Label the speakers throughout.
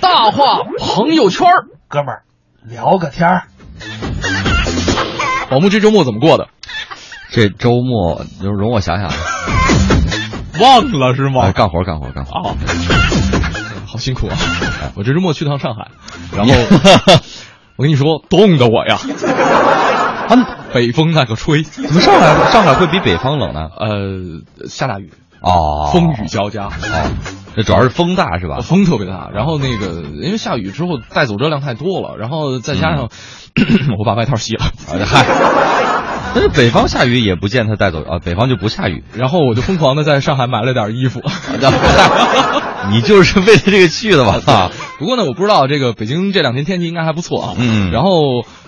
Speaker 1: 大话朋友圈儿
Speaker 2: 哥们儿聊个天儿。
Speaker 1: 老木这周末怎么过的？
Speaker 3: 这周末就是容我想想，
Speaker 1: 忘了是
Speaker 3: 哎，
Speaker 1: 吗？
Speaker 3: 干活干活干活。
Speaker 1: 啊，好辛苦啊！我这周末去趟上海，然后 我跟你说，冻得我呀，北风那个吹，
Speaker 3: 怎么上海啊上海会比北方
Speaker 1: 啊
Speaker 3: 冷呢？啊
Speaker 1: 呃，下大雨，
Speaker 3: 哦，
Speaker 1: 风雨交加。
Speaker 3: 哦，这主要是风大是吧？
Speaker 1: 风特别大，然后那个因为下雨之后带走热量太多了，然后再加上、 我把外套洗了，
Speaker 3: 啊，这嗨，但是北方下雨也不见他带走啊，北方就不下雨。
Speaker 1: 然后我就疯狂的在上海买了点衣 服。
Speaker 3: 你就是为了这个去的吧？
Speaker 1: 哦
Speaker 3: 啊，
Speaker 1: 不过呢，我不知道这个北京这两天天气应该还不错啊。
Speaker 3: 嗯
Speaker 1: 然后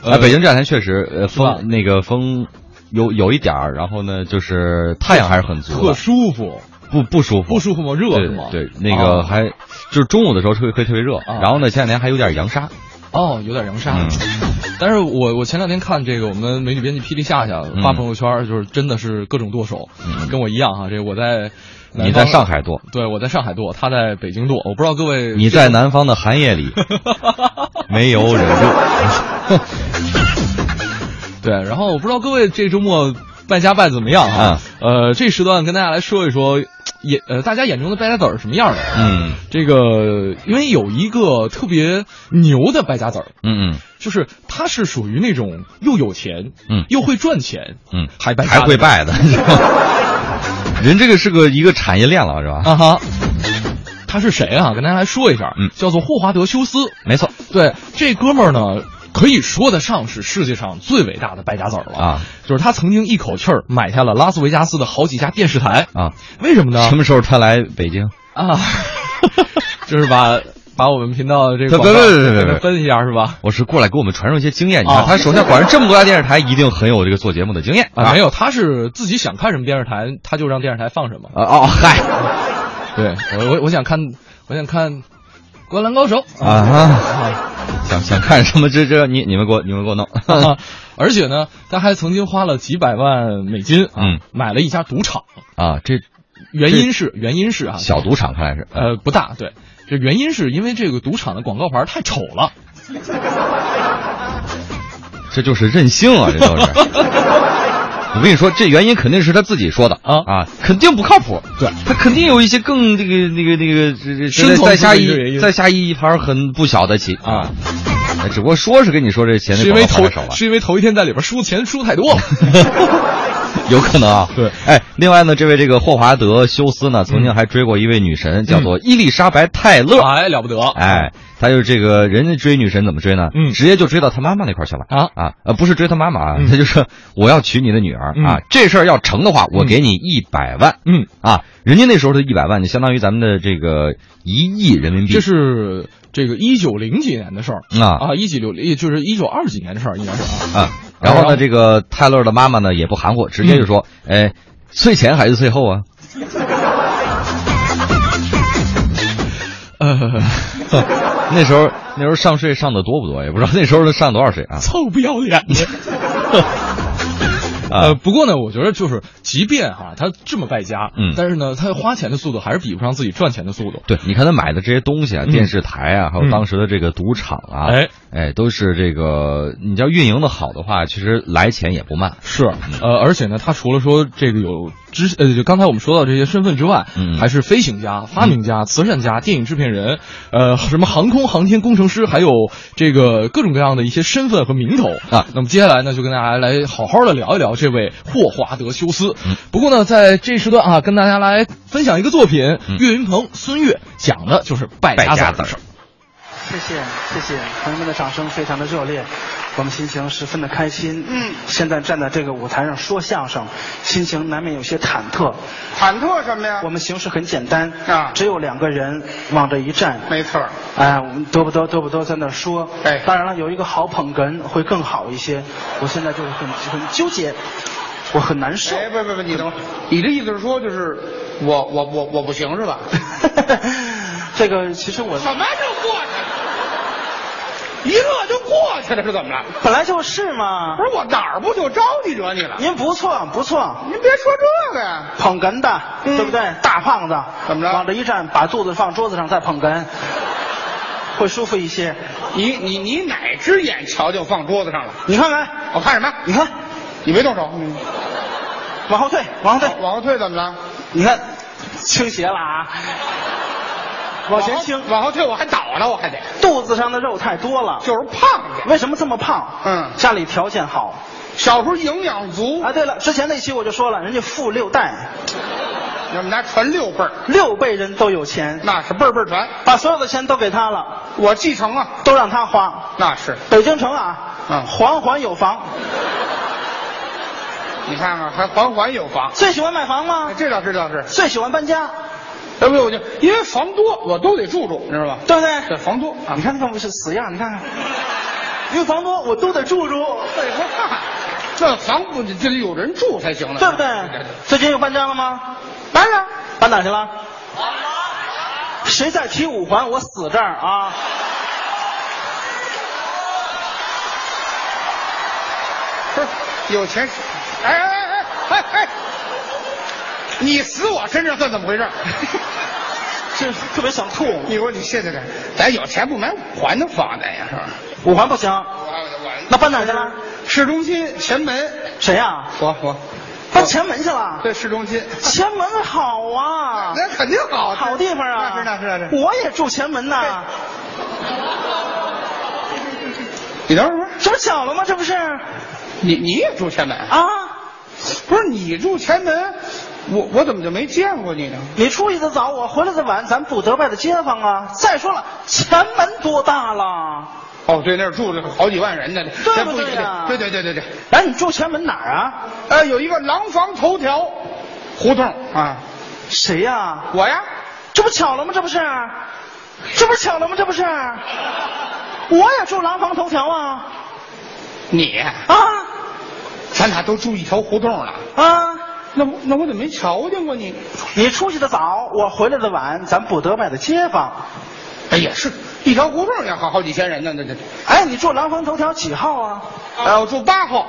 Speaker 3: 哎
Speaker 1: 呃，
Speaker 3: 北京这两天确实，呃，
Speaker 1: 是吧
Speaker 3: 风那个风有有一点儿，然后呢，就是太阳还是很足
Speaker 1: 特
Speaker 3: 的，
Speaker 1: 舒服，
Speaker 3: 不不舒服，
Speaker 1: 不舒服吗？热是吗？
Speaker 3: 对对，那个
Speaker 1: 啊
Speaker 3: 还就是中午的时候特别会特别热，
Speaker 1: 啊
Speaker 3: 然后呢前两天还有点扬沙，
Speaker 1: 哦，有点阳沙。
Speaker 3: 嗯
Speaker 1: 但是我我前两天看这个我们美女编辑霹雳夏夏
Speaker 3: 嗯
Speaker 1: 发朋友圈，就是真的是各种剁手，
Speaker 3: 嗯
Speaker 1: 跟我一样哈。这我在南
Speaker 3: 你在
Speaker 1: 方
Speaker 3: 上海剁，
Speaker 1: 对我在上海剁，她在北京剁。我不知道各位
Speaker 3: 你在南方的寒夜里没有忍住，
Speaker 1: 对，然后我不知道各位这周末败家败得怎么样啊？
Speaker 3: 嗯
Speaker 1: 呃，这时段跟大家来说一说，眼呃大家眼中的败家子儿是什么样的？
Speaker 3: 嗯
Speaker 1: 这个因为有一个特别牛的败家子儿，
Speaker 3: 嗯嗯
Speaker 1: 就是他是属于那种又有钱，
Speaker 3: 嗯
Speaker 1: 又会赚钱，
Speaker 3: 嗯，
Speaker 1: 还败家
Speaker 3: 还会败的，你知道吗人这个是个一个产业链了是吧？
Speaker 1: 啊哈。他是谁啊？跟大家来说一下，
Speaker 3: 嗯
Speaker 1: 叫做霍华德·休斯。
Speaker 3: 没错，
Speaker 1: 对，这哥们儿呢，可以说得上是世界上最伟大的败家子儿了
Speaker 3: 啊！
Speaker 1: 就是他曾经一口气儿买下了拉斯维加斯的好几家电视台
Speaker 3: 啊，
Speaker 1: 为什么呢？
Speaker 3: 什么时候他来北京？
Speaker 1: 啊？ 就是把把我们频道的这个
Speaker 3: 别别
Speaker 1: 广告
Speaker 3: 别别别
Speaker 1: 给他
Speaker 3: 别
Speaker 1: 分一下是吧？
Speaker 3: 我是过来给我们传授一些经验，你
Speaker 1: 啊
Speaker 3: 看他手下管着这么多家电视台，一定很有这个做节目的经验
Speaker 1: 啊，没有，他是自己想看什么电视台，他就让电视台放什么。
Speaker 3: 啊哦嗨
Speaker 1: 对我我我想看，我想看《灌篮高手》
Speaker 3: 啊哈，
Speaker 1: 啊。
Speaker 3: 想想看什么这这你你们给我你们给我弄，
Speaker 1: 而且呢，他还曾经花了几百万美金啊，
Speaker 3: 嗯
Speaker 1: 买了一家赌场。
Speaker 3: 啊这
Speaker 1: 原因是原因是啊，
Speaker 3: 小赌场看来是
Speaker 1: 呃不大对，这原因是因为这个赌场的广告牌太丑了。
Speaker 3: 这就是任性啊，这 都是。我跟你说，这原因肯定是他自己说的
Speaker 1: 啊
Speaker 3: 啊，肯定不靠谱。
Speaker 1: 对，
Speaker 3: 他肯定有一些更这个那个那个这这
Speaker 1: 深
Speaker 3: 这
Speaker 1: 层
Speaker 3: 再
Speaker 1: 次
Speaker 3: 下
Speaker 1: 的一个原
Speaker 3: 一
Speaker 1: 因
Speaker 3: 再下一盘很不小的棋
Speaker 1: 啊，
Speaker 3: 哎只不过说是跟你说这钱
Speaker 1: 是
Speaker 3: 这
Speaker 1: 因为
Speaker 3: 广
Speaker 1: 头
Speaker 3: 告太少了，
Speaker 1: 是因为头一天在里边输钱输太多了。
Speaker 3: 有可能啊。
Speaker 1: 对，
Speaker 3: 哎，另外呢，这位这个霍华德·休斯呢，曾经还追过一位女
Speaker 1: 嗯
Speaker 3: 神，叫做伊丽莎白·泰勒。
Speaker 1: 哎，了不得！
Speaker 3: 哎，他就是这个人家追女神怎么追呢？
Speaker 1: 嗯
Speaker 3: 直接就追到他妈妈那块儿去了
Speaker 1: 啊
Speaker 3: 啊！呃，不是追他妈妈啊，
Speaker 1: 嗯
Speaker 3: 他就说我要娶你的女儿、
Speaker 1: 嗯
Speaker 3: 啊，这事儿要成的话，我
Speaker 1: 嗯
Speaker 3: 给你一百万、
Speaker 1: 嗯，
Speaker 3: 啊！人家那时候的一百万就相当于咱们的这个一亿人民币，
Speaker 1: 这是这个一九零几年的事儿
Speaker 3: 嗯啊
Speaker 1: 啊，一九六也就是一九二几年的事儿，应该是啊。
Speaker 3: 啊！然后
Speaker 1: 然后嗯
Speaker 3: 呢，这个泰勒的妈妈呢也不含糊，直接就说，哎，岁前还是岁后啊？
Speaker 1: 呃，
Speaker 3: 那时候那时候上税上的多不多？也不知道那时候都上多少税啊？
Speaker 1: 臭不要脸的。
Speaker 3: 啊
Speaker 1: 呃，不过呢，我觉得就是，即便哈、他这么败家，
Speaker 3: 嗯
Speaker 1: 但是呢，他花钱的速度还是比不上自己赚钱的速度。
Speaker 3: 对，你看他买的这些东西啊，
Speaker 1: 嗯
Speaker 3: 电视台啊，还有
Speaker 1: 嗯
Speaker 3: 当时的这个赌场啊，
Speaker 1: 哎
Speaker 3: 哎，都是这个，你要运营的好的话，其实来钱也不慢。
Speaker 1: 是，呃，而且呢，他除了说这个有知，呃，就刚才我们说到这些身份之外，
Speaker 3: 嗯
Speaker 1: 还是飞行家、发明家、慈善家、电影制片人，呃，什么航空航天工程师，还有这个各种各样的一些身份和名头
Speaker 3: 啊
Speaker 1: 那么接下来呢，就跟大家来好好的聊一聊这位霍华德·休斯。不过呢，在这时段啊，跟大家来分享一个作品，岳云鹏、孙越讲的就是败
Speaker 3: 败家
Speaker 1: 家
Speaker 3: 子
Speaker 1: 子
Speaker 3: 儿
Speaker 1: 儿。
Speaker 4: 谢谢谢谢，朋友们的掌声非常的热烈，我们心情十分的开心。嗯，现在站在这个舞台上说相声，心情难免有些忐忑。
Speaker 5: 忐忑什么呀？
Speaker 4: 我们形式很简单
Speaker 5: 啊
Speaker 4: 只有两个人往这一站，
Speaker 5: 没错儿，
Speaker 4: 哎，我们嘚不嘚嘚不嘚在那儿说。
Speaker 5: 哎
Speaker 4: 当然了，有一个好捧哏会更好一些。我现在就是很很纠结，我很难受。
Speaker 5: 哎，不不不，你等会儿，你这意思是说就是我我我我不行是吧？
Speaker 4: 这个其实我
Speaker 5: 什么就过 去了，一乐就过去了，是怎么了？
Speaker 4: 本来就是嘛
Speaker 5: 不，是我哪儿不就招你惹你了？
Speaker 4: 您不错不错。
Speaker 5: 您别说这个呀，
Speaker 4: 捧哏的，
Speaker 5: 嗯
Speaker 4: 对不对？大胖子
Speaker 5: 怎么着
Speaker 4: 往这一站，把肚子放桌子上再捧哏，会舒服一些。
Speaker 5: 你你你哪只眼瞧见我放桌子上了？
Speaker 4: 你看看，
Speaker 5: 我看什么？
Speaker 4: 你看，
Speaker 5: 你没动手。嗯，
Speaker 4: 往后退，往后退，
Speaker 5: 往后退怎么了？
Speaker 4: 你看，倾斜了 啊，往前倾，
Speaker 5: 往后退我还倒呢，我还得，
Speaker 4: 肚子上的肉太多了。
Speaker 5: 就是胖点，
Speaker 4: 为什么这么胖？
Speaker 5: 嗯
Speaker 4: 家里条件好。
Speaker 5: 小时候营养足，
Speaker 4: 啊，对了，之前那期我就说了，人家富六代，
Speaker 5: 我们家传六辈儿，
Speaker 4: 六辈人都有钱，
Speaker 5: 那是辈儿辈儿传。
Speaker 4: 把所有的钱都给他了，
Speaker 5: 我继承啊，
Speaker 4: 都让他花。
Speaker 5: 那是。
Speaker 4: 北京城啊，
Speaker 5: 嗯
Speaker 4: 环环有房，
Speaker 5: 你看看，还环环有房，
Speaker 4: 最喜欢买房吗
Speaker 5: 哎？这倒是这倒是。
Speaker 4: 最喜欢搬家，
Speaker 5: 要不我就因为房多，我都得住住，你知道吧？
Speaker 4: 对不对？
Speaker 5: 这房多啊，
Speaker 4: 你看那不是死样，你看看，因为房多我都得住住，
Speaker 5: 废话，这房不得有人住才行呢，
Speaker 4: 对不对？最近又搬家了吗？
Speaker 5: 搬了，
Speaker 4: 搬哪去了？谁再提五环，我死这儿啊！
Speaker 5: 不是有钱是，哎哎哎哎哎哎，你死我身上算怎么 回事？
Speaker 4: 这特别想吐。
Speaker 5: 你说你现在这，咱有钱不买五环的房子呀，是吧？
Speaker 4: 五环不行，那搬哪去了？
Speaker 5: 市中心前门，
Speaker 4: 谁呀、
Speaker 5: 我我
Speaker 4: 搬前门去了。
Speaker 5: 对市中心，
Speaker 4: 前门好啊，
Speaker 5: 那肯定好，
Speaker 4: 好地方啊。
Speaker 5: 那是那是那是。
Speaker 4: 我也住前门呐，
Speaker 5: 你等会儿，
Speaker 4: 这不巧了吗？这不是
Speaker 5: 你你也住前门？
Speaker 4: 啊？
Speaker 5: 不是你住前门，我我怎么就没见过你呢？
Speaker 4: 你出去的早，我回来的晚，咱不得罪的街坊啊。再说了，前门多大了？
Speaker 5: 哦，对，那儿住着好几万人呢，
Speaker 4: 对
Speaker 5: 咱
Speaker 4: 不对呀
Speaker 5: 对对对对对，
Speaker 4: 哎，你住前门哪儿啊？
Speaker 5: 呃，有一个廊坊头条胡同啊，
Speaker 4: 谁呀、
Speaker 5: 我呀，
Speaker 4: 这不巧了吗？这不是，这不是巧了吗？这不是，我也住廊坊头条啊
Speaker 5: 你，
Speaker 4: 啊
Speaker 5: 咱俩都住一条胡同了，
Speaker 4: 啊！
Speaker 5: 那我那我怎么没瞧见过你？
Speaker 4: 你出去的早，我回来的晚，咱不得罪的街坊。
Speaker 5: 哎，也是一条胡同也好好几千人呢，那那那，
Speaker 4: 哎，你住廊坊头条几号啊？
Speaker 5: 啊，我住八号。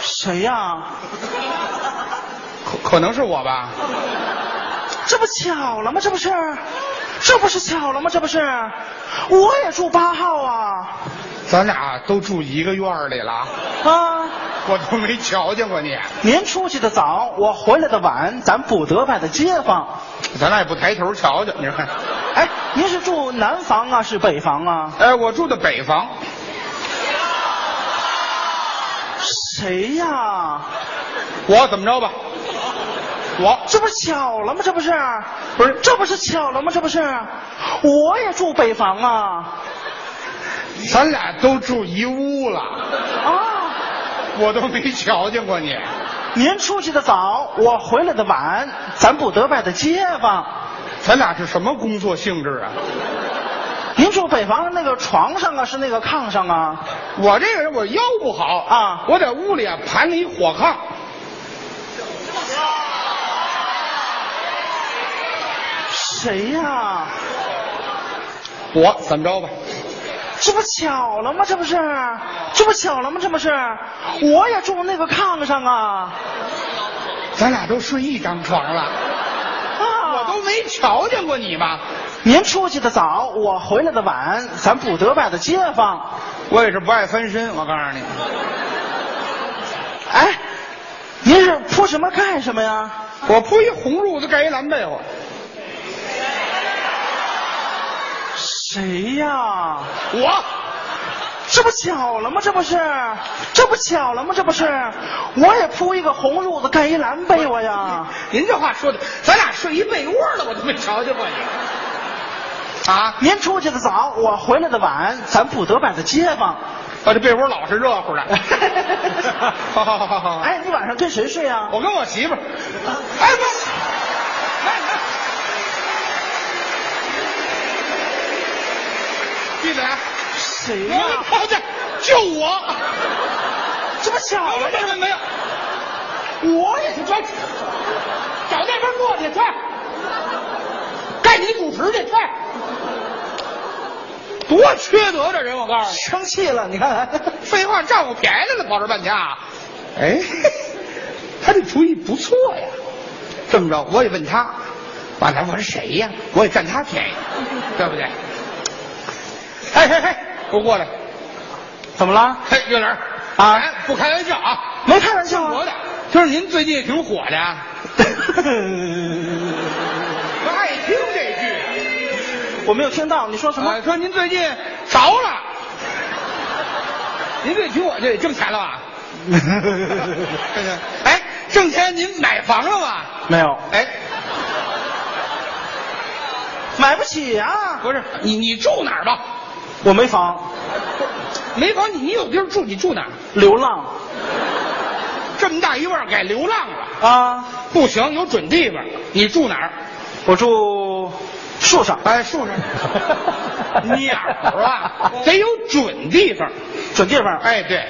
Speaker 4: 谁呀、
Speaker 5: 可可能是我吧，
Speaker 4: 这不巧了吗？这不是，这不是巧了吗？这不是，我也住八号啊
Speaker 5: 咱俩都住一个院儿里了，
Speaker 4: 啊！
Speaker 5: 我都没瞧见过你，
Speaker 4: 您出去的早，我回来的晚，咱不得拜的街坊。
Speaker 5: 咱俩也不抬头瞧瞧，你看，
Speaker 4: 哎，您是住南房啊，是北房啊？
Speaker 5: 哎，我住的北房，
Speaker 4: 谁呀、
Speaker 5: 我怎么着吧，我
Speaker 4: 这不是巧了吗？这不是，
Speaker 5: 不是
Speaker 4: 这不是巧了吗？这不是，我也住北房啊
Speaker 5: 咱俩都住一屋了，
Speaker 4: 啊！
Speaker 5: 我都没瞧见过你，
Speaker 4: 您出去的早，我回来的晚，咱不得拜的街坊。
Speaker 5: 咱俩是什么工作性质啊？
Speaker 4: 您住北房的那个床上啊，是那个炕上啊？
Speaker 5: 我这个人我腰不好
Speaker 4: 啊
Speaker 5: 我在屋里啊盘了一火炕，
Speaker 4: 谁呀、
Speaker 5: 我怎么着吧，
Speaker 4: 这不巧了吗？这不是，这不巧了吗？这不是，我也住那个炕上啊！
Speaker 5: 咱俩都睡一张床了，
Speaker 4: 啊，
Speaker 5: 我都没瞧见过你吧，
Speaker 4: 您出去的早，我回来的晚，咱不得拜的街坊。
Speaker 5: 我也是不爱翻身，我告诉你。
Speaker 4: 哎，您是铺什么盖什么呀？
Speaker 5: 我铺一红褥子，盖一蓝被窝。
Speaker 4: 谁呀？
Speaker 5: 我
Speaker 4: 这不巧了吗？这不是，这不巧了吗？这不是，我也铺一个红褥子，盖一蓝被窝哎呀。
Speaker 5: 您这话说的，咱俩睡一被窝了，我都没瞧见过你。啊，
Speaker 4: 您出去的早，我回来的晚，咱不得拜的街坊。
Speaker 5: 我这被窝老是热 乎的。好好好好好。，
Speaker 4: 哎，啊你晚上跟谁睡啊？
Speaker 5: 我跟我媳妇儿。哎不，
Speaker 4: 哎
Speaker 5: 来来，
Speaker 4: 哎
Speaker 5: 闭嘴啊！
Speaker 4: 谁
Speaker 5: 我
Speaker 4: 呀？
Speaker 5: 没瞧见，就我。
Speaker 4: 这不巧了
Speaker 5: 没
Speaker 4: 吗？
Speaker 5: 有没有没有，我也是快，找那边坐去快，盖你主持去快，多缺德这人！我告诉你，
Speaker 4: 生气了，你看，
Speaker 5: 废话占我便宜了，跑这半天啊！ 哎，他这主意不错呀。这么着，我也问他，完了，我是谁呀？我也占他便宜，对不对？哎哎哎，给我过来！
Speaker 4: 怎么了？
Speaker 5: 嘿，月玲
Speaker 4: 啊
Speaker 5: 哎不开玩笑啊，
Speaker 4: 没开玩笑啊
Speaker 5: 我的，就是您最近也挺火的 啊，我爱听这句。啊
Speaker 4: 我没有听到你说什么。
Speaker 5: 啊，说您最近着了，您最近听我这挣钱 了吧？哎，挣钱您买房了吗？
Speaker 4: 没有，
Speaker 5: 哎，
Speaker 4: 买不起啊！
Speaker 5: 不是，你你住哪儿吧？
Speaker 4: 我没房，
Speaker 5: 没房你你有地儿住，你住哪儿？
Speaker 4: 流浪
Speaker 5: 这么大一腕儿改流浪了，
Speaker 4: 啊！
Speaker 5: 不行，有准地方。你住哪儿？
Speaker 4: 我住树上，
Speaker 5: 哎，树上。鸟儿啊，
Speaker 4: 哎
Speaker 5: 得有准地方。
Speaker 4: 准地方。哎，
Speaker 5: 哎，对，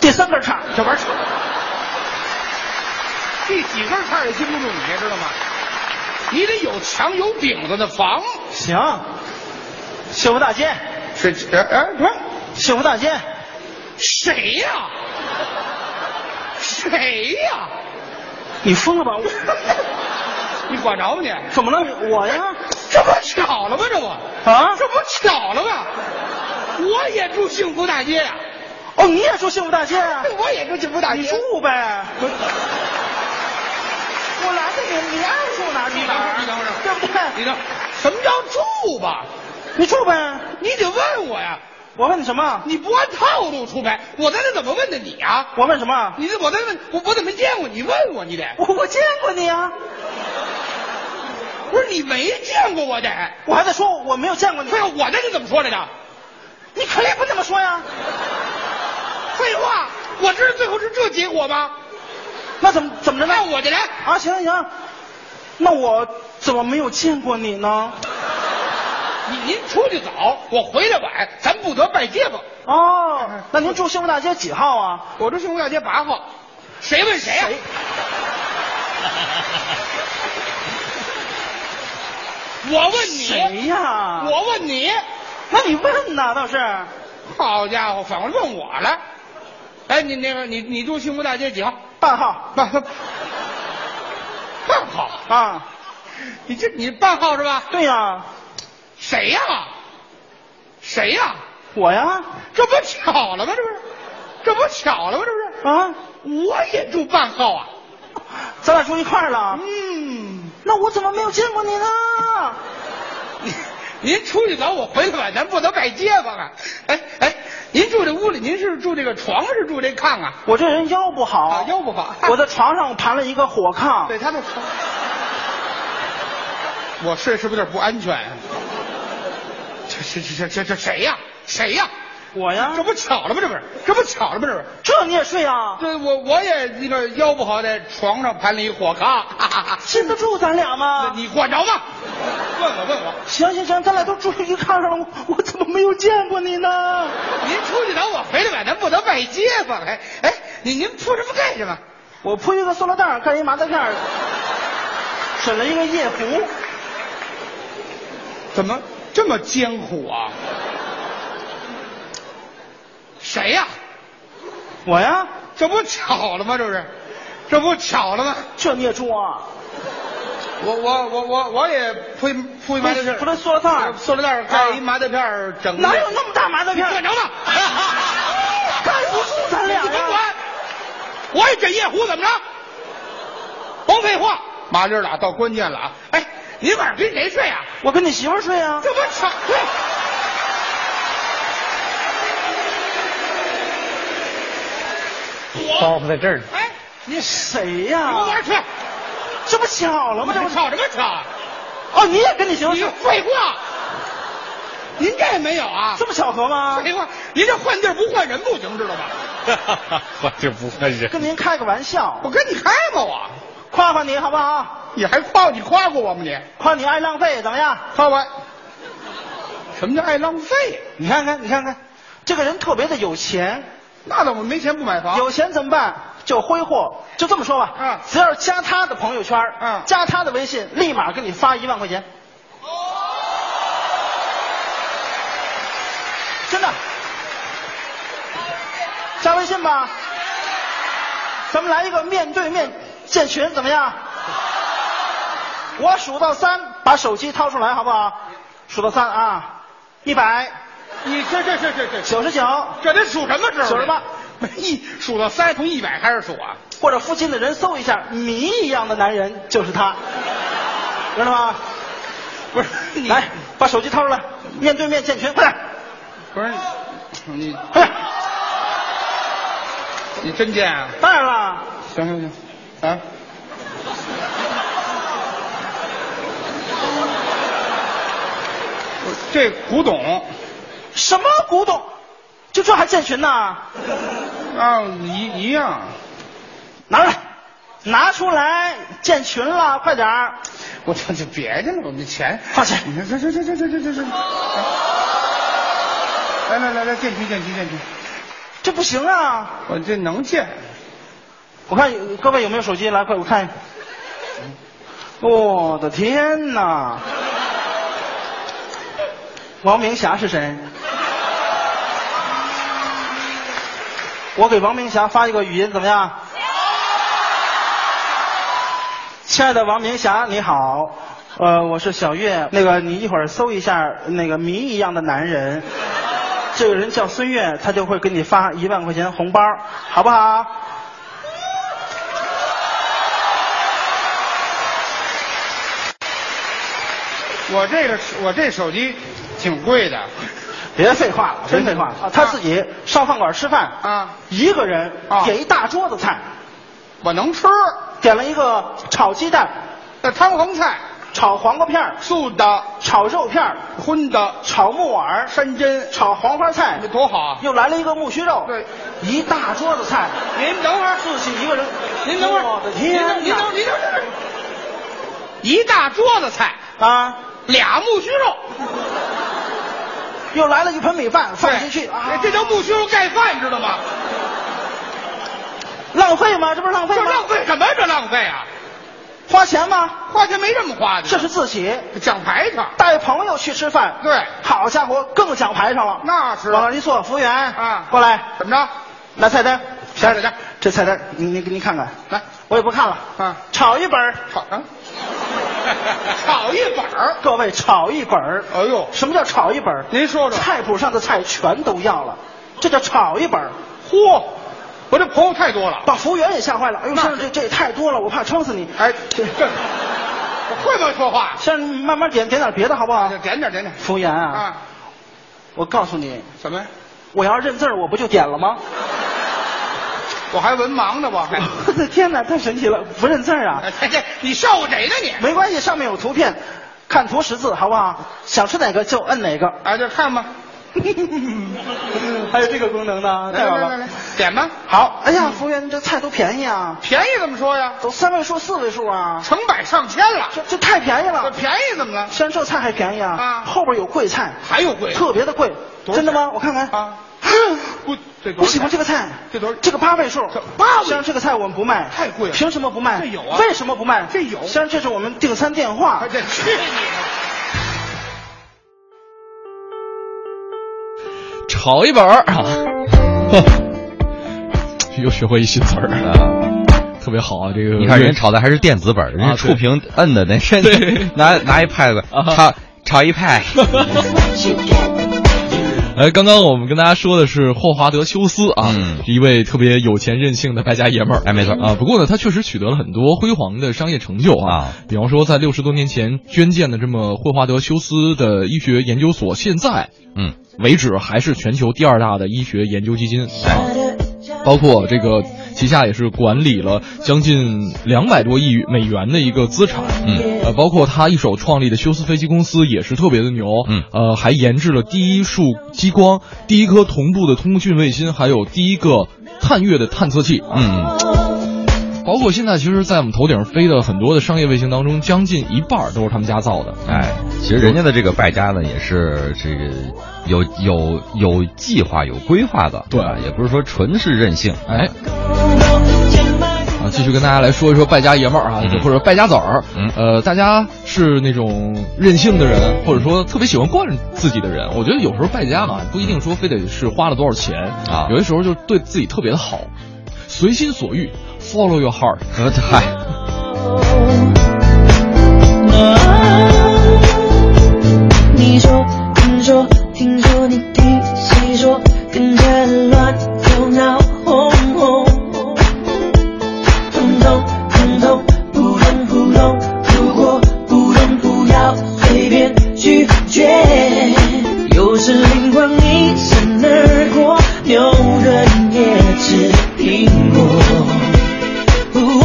Speaker 4: 第三根叉，
Speaker 5: 这玩意儿，第几根菜也经不住你，知道吗？你得有墙有顶子的房。
Speaker 4: 行。幸福大街，
Speaker 5: 是，哎哎，
Speaker 4: 呃嗯
Speaker 5: 不是，
Speaker 4: 幸福大街，
Speaker 5: 谁呀、谁呀、
Speaker 4: 你疯了吧？我
Speaker 5: 你管着吗你？
Speaker 4: 怎么了？我呀？
Speaker 5: 这不巧了吗？这不
Speaker 4: 啊
Speaker 5: 这不巧了吗？我也住幸福大街呀、
Speaker 4: 哦，你也住幸福大街啊？
Speaker 5: 我也住幸福大街。
Speaker 4: 你住啊呗。
Speaker 5: 我拦着你，你爱住哪住哪儿？等会儿，
Speaker 4: 对不对
Speaker 5: 你等，什么叫住吧？
Speaker 4: 你住呗。
Speaker 5: 你得问我呀，
Speaker 4: 我问你什么？
Speaker 5: 你不按套路出牌，我在这怎么问的你啊？
Speaker 4: 我问什么？
Speaker 5: 你这我在问，我我怎么没见过你问我？你得
Speaker 4: 我我见过你啊，
Speaker 5: 不是你没见过我得，
Speaker 4: 我还在说我没有见过你。哎
Speaker 5: 废话，我在这怎么说来着？
Speaker 4: 你可以不这么说呀，
Speaker 5: 废话，我知道最后是这结果吗？
Speaker 4: 那怎么怎么着呢
Speaker 5: 那？我的来，
Speaker 4: 啊，行行行，那我怎么没有见过你呢？
Speaker 5: 你您出去早，我回来晚，咱不得拜街坊。
Speaker 4: 哦，那您住幸福大街几号啊？
Speaker 5: 我这幸福大街八号，谁问谁呀、啊
Speaker 4: 谁
Speaker 5: 我问你，
Speaker 4: 谁呀？
Speaker 5: 我问你，
Speaker 4: 那你问呐，倒是
Speaker 5: 好家伙，反过来问我了。哎，你那个，你你住幸福大街几号？
Speaker 4: 半号
Speaker 5: 半半号？
Speaker 4: 啊？
Speaker 5: 你这你半号是吧？
Speaker 4: 对呀，
Speaker 5: 谁呀、谁呀、
Speaker 4: 我呀
Speaker 5: 这不巧了吗？这不是，这不巧了吗？这不
Speaker 4: 啊，
Speaker 5: 是，我也住半号啊。
Speaker 4: 咱俩住一块儿了。
Speaker 5: 嗯，
Speaker 4: 那我怎么没有见过你呢？
Speaker 5: 您您出去早，我回来晚，咱不能拜街坊啊。哎哎，您住这屋里，您是住这个床是住这炕啊？
Speaker 4: 我这人腰不好，
Speaker 5: 啊腰不好
Speaker 4: 我在床上盘了一个火炕。
Speaker 5: 对他们，我睡是不是有点不安全？啊这这这这这这谁呀、谁呀、
Speaker 4: 我呀
Speaker 5: 这，不巧了吗？这不是，这不巧了吗？这不是。
Speaker 4: 这你也睡啊？
Speaker 5: 对，我我也那个腰不好，在床上盘了一火 炕。
Speaker 4: 禁得住咱俩吗？
Speaker 5: 你管着吗？问我问我，
Speaker 4: 行行行，咱俩都住一炕上了，我我怎么没有见过你呢？
Speaker 5: 您出去等我回来晚，咱不能拜街坊。哎哎，您您铺什么盖什么？
Speaker 4: 我铺一个塑料袋儿盖一麻袋片儿，枕了一个夜壶。
Speaker 5: 怎么这么艰苦啊？谁呀、
Speaker 4: 我呀，
Speaker 5: 这不巧了吗？这不是，这不巧了吗？
Speaker 4: 这你也住啊？
Speaker 5: 我我我我我也铺一铺一麻袋片儿，
Speaker 4: 不是塑料袋儿
Speaker 5: 塑料袋儿盖一麻袋片儿，整个
Speaker 4: 哪有那么大麻袋片儿？
Speaker 5: 管 着吗？
Speaker 4: 盖不住咱俩
Speaker 5: 你甭
Speaker 4: 呀！
Speaker 5: 管，我也枕夜壶，怎么着？甭废话，麻溜儿俩到关键了啊！哎，你晚上跟谁睡啊？
Speaker 4: 我跟你媳妇儿睡啊。
Speaker 5: 这不巧，对
Speaker 2: 包袱在这儿呢。
Speaker 5: 哎，
Speaker 4: 你谁
Speaker 5: 你
Speaker 4: 呀
Speaker 5: 跟我？玩儿去，
Speaker 4: 这不巧了吗？
Speaker 5: 怎么
Speaker 4: 这
Speaker 5: 这
Speaker 4: 不
Speaker 5: 么吵什么吵？啊
Speaker 4: 哦，你也跟你媳妇儿
Speaker 5: 你
Speaker 4: 睡？
Speaker 5: 废话，您这没有啊？
Speaker 4: 这么巧合吗？
Speaker 5: 废话，您这换地儿不换人不行，知道吗？
Speaker 3: 我就不会忍
Speaker 4: 跟您开个玩笑
Speaker 5: 我，跟你开过我，
Speaker 4: 夸夸你好不好？
Speaker 5: 你还夸你夸过我吗？你
Speaker 4: 夸你爱浪费怎么样？
Speaker 5: 夸我，什么叫爱浪费？啊
Speaker 4: 你看看，你看看，这个人特别的有钱，
Speaker 5: 那怎么没钱不买房？
Speaker 4: 有钱怎么办？就挥霍，就这么说吧。
Speaker 5: 嗯
Speaker 4: 只要加他的朋友圈，
Speaker 5: 嗯哦
Speaker 4: 加他的微信，立马给你发一万块钱。真的，加微信吧。咱们来一个面对面建群，怎么样？我数到三，把手机掏出来好不好？数到三啊，一百
Speaker 5: 你这这这这这
Speaker 4: 九十九，
Speaker 5: 这得数什么时候？
Speaker 4: 数什么？
Speaker 5: 一数到三，从一百开始数啊！
Speaker 4: 或者附近的人搜一下，谜一样的男人就是他，知道吗？
Speaker 5: 不是你，
Speaker 4: 来，把手机掏出来，面对面建群，快点，
Speaker 5: 不是你，
Speaker 4: 快点！
Speaker 5: 你真贱啊！
Speaker 4: 当然了，
Speaker 5: 行行行，啊！不是这古董
Speaker 4: 什么古董，就这还建群呢？
Speaker 5: 啊，一一样，啊
Speaker 4: 拿出来，拿出来，建群了，快点儿！
Speaker 5: 我这就别去了，我没钱。
Speaker 4: 放下
Speaker 5: 你看这这这这这这这这，来来来来，电锯电锯电锯，
Speaker 4: 这不行啊！
Speaker 5: 我这能见。
Speaker 4: 我看有各位有没有手机，来，快我看一下。我的天哪！王明霞是谁？我给王明霞发一个语音，怎么样？亲爱的王明霞，你好，呃，我是小月。那个，你一会儿搜一下那个谜一样的男人，这个人叫孙悦，他就会给你发一万块钱红包，好不好？
Speaker 5: 我这个手我这手机挺贵的，
Speaker 4: 别废话了，真废话了。他自己上饭馆吃饭
Speaker 5: 啊
Speaker 4: 一个人
Speaker 5: 啊
Speaker 4: 点一大桌子菜，
Speaker 5: 我能吃。
Speaker 4: 点了一个炒鸡蛋、
Speaker 5: 那呃汤红菜，
Speaker 4: 炒黄瓜片儿、
Speaker 5: 素的、
Speaker 4: 炒肉片儿、
Speaker 5: 荤的、
Speaker 4: 炒木耳、
Speaker 5: 山珍，
Speaker 4: 炒黄花菜，
Speaker 5: 这多好啊！
Speaker 4: 又来了一个木须肉，
Speaker 5: 对，
Speaker 4: 一大桌子菜，
Speaker 5: 您等会儿，
Speaker 4: 自己一个人，
Speaker 5: 您等会儿，
Speaker 4: 我的天哪，
Speaker 5: 您等您等您等，一大桌子菜，
Speaker 4: 啊，
Speaker 5: 俩木须肉，
Speaker 4: 又来了一盆米饭放进去
Speaker 5: 对哎
Speaker 4: 啊，
Speaker 5: 这叫木须肉盖饭，知道吗？
Speaker 4: 浪费吗？这不是浪费
Speaker 5: 这
Speaker 4: 吗？
Speaker 5: 浪费什么呀？这浪费啊！
Speaker 4: 花钱吗？
Speaker 5: 花钱没这么花的，
Speaker 4: 这是自己
Speaker 5: 讲排场。
Speaker 4: 带朋友去吃饭，
Speaker 5: 对
Speaker 4: 好家伙，更讲排场了。
Speaker 5: 那是
Speaker 4: 往那儿一坐，服务员
Speaker 5: 啊
Speaker 4: 过来
Speaker 5: 怎么着？
Speaker 4: 拿菜单，哎
Speaker 5: 拿菜单，
Speaker 4: 这菜单你你你看看，
Speaker 5: 来，
Speaker 4: 我也不看了
Speaker 5: 啊
Speaker 4: 炒一本儿，
Speaker 5: 炒啊，炒一本儿。
Speaker 4: 各位炒一本儿，
Speaker 5: 哎呦，
Speaker 4: 什么叫炒一本儿？
Speaker 5: 您说说，
Speaker 4: 菜谱上的菜全都要了，这叫炒一本儿。
Speaker 5: 嚯，我这朋友太多了。
Speaker 4: 把服务员也吓坏了。哎呦，
Speaker 5: 那
Speaker 4: 先生，这这也太多了，我怕撑死你。
Speaker 5: 哎，这这，我会不会说话？
Speaker 4: 先生，慢慢点点点别的好不好？
Speaker 5: 点点点点
Speaker 4: 服务员啊，
Speaker 5: 啊！
Speaker 4: 我告诉你，
Speaker 5: 什么呀？
Speaker 4: 我要认字儿，我不就点了吗？
Speaker 5: 我还文盲呢，我还。
Speaker 4: 我的 天哪，太神奇了！不认字儿啊，
Speaker 5: 哎这你笑话谁呢你？
Speaker 4: 没关系，上面有图片，看图识字好不好？想吃哪个就摁哪个。
Speaker 5: 哎，这看吧，
Speaker 4: 还有这个功能呢，太
Speaker 5: 来
Speaker 4: 好
Speaker 5: 来来来
Speaker 4: 了。，
Speaker 5: 点吧。
Speaker 4: 好，哎呀，服务员，这菜都便宜啊，
Speaker 5: 便宜怎么说呀？
Speaker 4: 都三位数、四位数啊，
Speaker 5: 成百上千了，
Speaker 4: 这这太便宜
Speaker 5: 这
Speaker 4: 了。
Speaker 5: 便宜怎么了？
Speaker 4: 先生，这菜还便宜啊，
Speaker 5: 啊
Speaker 4: 后边有贵菜，
Speaker 5: 还有贵啊
Speaker 4: 特别的贵，
Speaker 5: 多少钱
Speaker 4: 真的吗？我看看
Speaker 5: 啊！不，这
Speaker 4: 不喜欢这个菜，
Speaker 5: 这多少
Speaker 4: 这个八位数
Speaker 5: 这，八位
Speaker 4: 先生，这个菜我们不卖，
Speaker 5: 太贵了
Speaker 4: 凭什么不卖？
Speaker 5: 这有啊
Speaker 4: 为什么不卖？
Speaker 5: 这有
Speaker 4: 先生，这是我们订餐电话
Speaker 5: 哎，。这去你
Speaker 1: 炒一本儿啊，呵 又学会一新词儿，特别好啊！这 个
Speaker 3: 你看人炒的还是电子本儿，人
Speaker 1: 啊
Speaker 3: 家触屏摁的那，
Speaker 1: 对
Speaker 3: 拿拿一派子
Speaker 1: 啊哈
Speaker 3: 炒炒 一派。
Speaker 1: 哎，刚刚我们跟大家说的是霍华德·休斯啊，
Speaker 3: 嗯
Speaker 1: 一位特别有钱任性的败家爷们儿。
Speaker 3: 哎没错
Speaker 1: 啊，不过呢，他确实取得了很多辉煌的商业成就啊。
Speaker 3: 啊
Speaker 1: 比方说，在六十多年前捐建的这么霍华德·休斯的医学研究所，现在
Speaker 3: 嗯，
Speaker 1: 为止还是全球第二大的医学研究基金
Speaker 3: 哎
Speaker 1: 啊。包括这个旗下也是管理了将近两百多亿美元的一个资产，
Speaker 3: 嗯，
Speaker 1: 呃，包括他一手创立的休斯飞机公司也是特别的牛，
Speaker 3: 嗯
Speaker 1: 呃，还研制了第一束激光、第一颗同步的通讯卫星，还有第一个探月的探测器，
Speaker 3: 嗯，
Speaker 1: 包括现在其实，在我们头顶飞的很多的商业卫星当中，将近一半儿都是他们家造的，
Speaker 3: 哎，其实人家的这个败家呢，也是这个有有有计划、有规划的，
Speaker 1: 对
Speaker 3: 啊也不是说纯是任性。
Speaker 1: 哎。啊，继续跟大家来说一说败家爷们儿啊，
Speaker 3: 嗯
Speaker 1: 或者败家子儿。
Speaker 3: 嗯
Speaker 1: 呃，大家是那种任性的人，或者说特别喜欢惯着自己的人。我觉得有时候败家嘛，不一定说非得是花了多少钱
Speaker 3: 啊
Speaker 1: 有些时候就对自己特别的好，随心所欲，follow your heart。
Speaker 3: 呃嗨，
Speaker 6: Oh 你说，听说，听说你听谁说，跟着乱又闹哄哄，通通通通不通不通，如果不通不要随便拒绝。有时灵光一闪而过，牛顿也只听过。不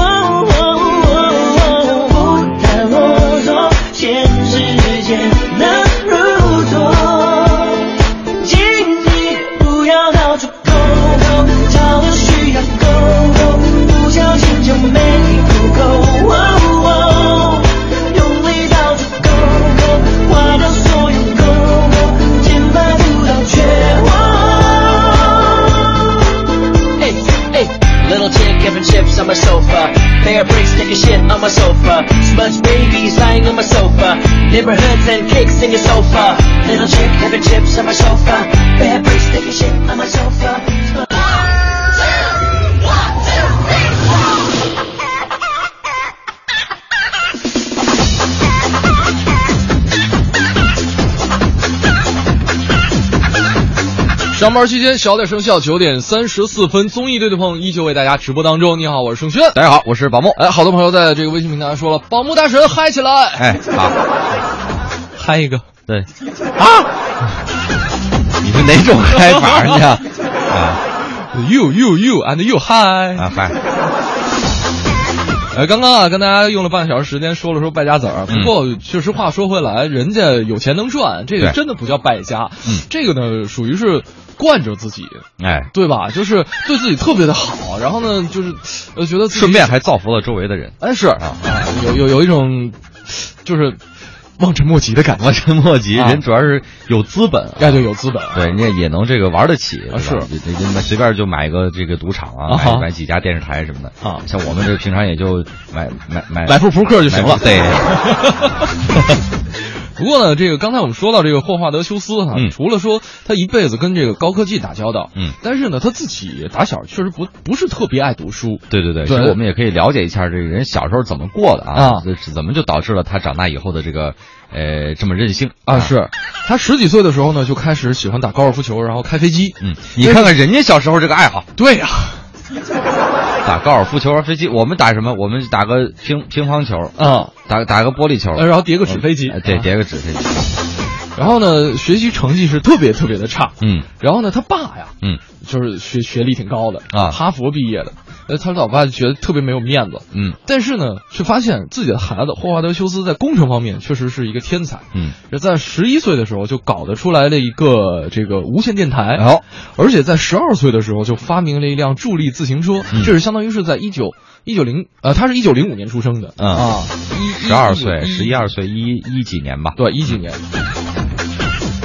Speaker 6: 但我说，现实艰难如昨。请你不要到处抠抠，潮流需要勾勾，不小心就没不够。用力到处勾勾，花掉所有勾勾，减法不到绝望。
Speaker 7: Hey, hey, little chick having chips on my sofa. Bear bricks taking shit on my sofa. Smudge babies lying on my sofa. Neighborhoods and cakes in your sofa. Little chick having chips on my sofa. Bear bricks taking shit on my sofa. Smudge-
Speaker 1: 上班期间小点声效，九点三十四分，综艺对对碰依旧为大家直播当中。你好，我是盛轩。
Speaker 3: 大家好，我是宝木。
Speaker 1: 哎，好多朋友在这个微信平台说了，宝木大神嗨起来，
Speaker 3: 哎，好，
Speaker 1: 嗨一个。
Speaker 3: 对，啊，你是哪种开法呢？啊
Speaker 1: You you you and you hi。
Speaker 3: 啊，嗨，
Speaker 1: 呃，刚刚啊，跟大家用了半个小时时间说了说败家子儿。不
Speaker 3: 嗯
Speaker 1: 过，确实话说回来，人家有钱能赚，这个
Speaker 3: 对
Speaker 1: 真的不叫败家
Speaker 3: 嗯，
Speaker 1: 这个呢属于是惯着自己，
Speaker 3: 哎，
Speaker 1: 对吧？就是对自己特别的好，然后呢，就是呃觉得自己
Speaker 3: 顺便还造福了周围的人，
Speaker 1: 哎是啊，有有有一种就是望尘莫及的感觉。
Speaker 3: 望尘莫及。
Speaker 1: 啊
Speaker 3: 人主要是有资本啊，
Speaker 1: 哎，对，有资本，
Speaker 3: 对，人家也能这个玩得起，对吧
Speaker 1: 啊是
Speaker 3: 人人家随便就买个这个赌场啊，
Speaker 1: 啊哈
Speaker 3: 买买几家电视台什么的
Speaker 1: 啊
Speaker 3: 像我们这平常也就买买买
Speaker 1: 买副扑克就行了。
Speaker 3: 买对。
Speaker 1: 不过呢，这个刚才我们说到这个霍华德·休斯哈，
Speaker 3: 嗯
Speaker 1: 除了说他一辈子跟这个高科技打交道，
Speaker 3: 嗯，
Speaker 1: 但是呢，他自己打小确实不不是特别爱读书，
Speaker 3: 对对对，
Speaker 1: 对
Speaker 3: 所以我们也可以了解一下这个人小时候怎么过的啊
Speaker 1: 啊，
Speaker 3: 就是怎么就导致了他长大以后的这个呃这么任性
Speaker 1: 啊，是他十几岁的时候呢，就开始喜欢打高尔夫球，然后开飞机。
Speaker 3: 嗯，你看看人家小时候这个爱好，
Speaker 1: 对呀、
Speaker 3: 打高尔夫球、玩飞机，我们打什么？我们打个乒乒乓球，
Speaker 1: 啊，
Speaker 3: 打打个玻璃球，
Speaker 1: 呃然后叠个纸飞机
Speaker 3: 嗯哎对，
Speaker 1: 啊
Speaker 3: 叠个纸飞机，
Speaker 1: 然后呢，学习成绩是特别特别的差。
Speaker 3: 嗯
Speaker 1: 然后呢，他爸呀，
Speaker 3: 嗯
Speaker 1: 就是学学历挺高的
Speaker 3: 啊
Speaker 1: 哈佛毕业的。呃，他老爸就觉得特别没有面子，
Speaker 3: 嗯
Speaker 1: 但是呢，却发现自己的孩子霍华德·休斯在工程方面确实是一个天才。
Speaker 3: 嗯，
Speaker 1: 是在十一岁的时候就搞得出来了一个这个无线电台，
Speaker 3: 哦
Speaker 1: 而且在十二岁的时候就发明了一辆助力自行车，这是相当于是在一九一九零呃，他是一九零五年出生的，
Speaker 3: 嗯
Speaker 1: 啊，
Speaker 3: 十二
Speaker 1: 嗯
Speaker 3: 岁，十一二岁，一一几年吧。
Speaker 1: 对一几年，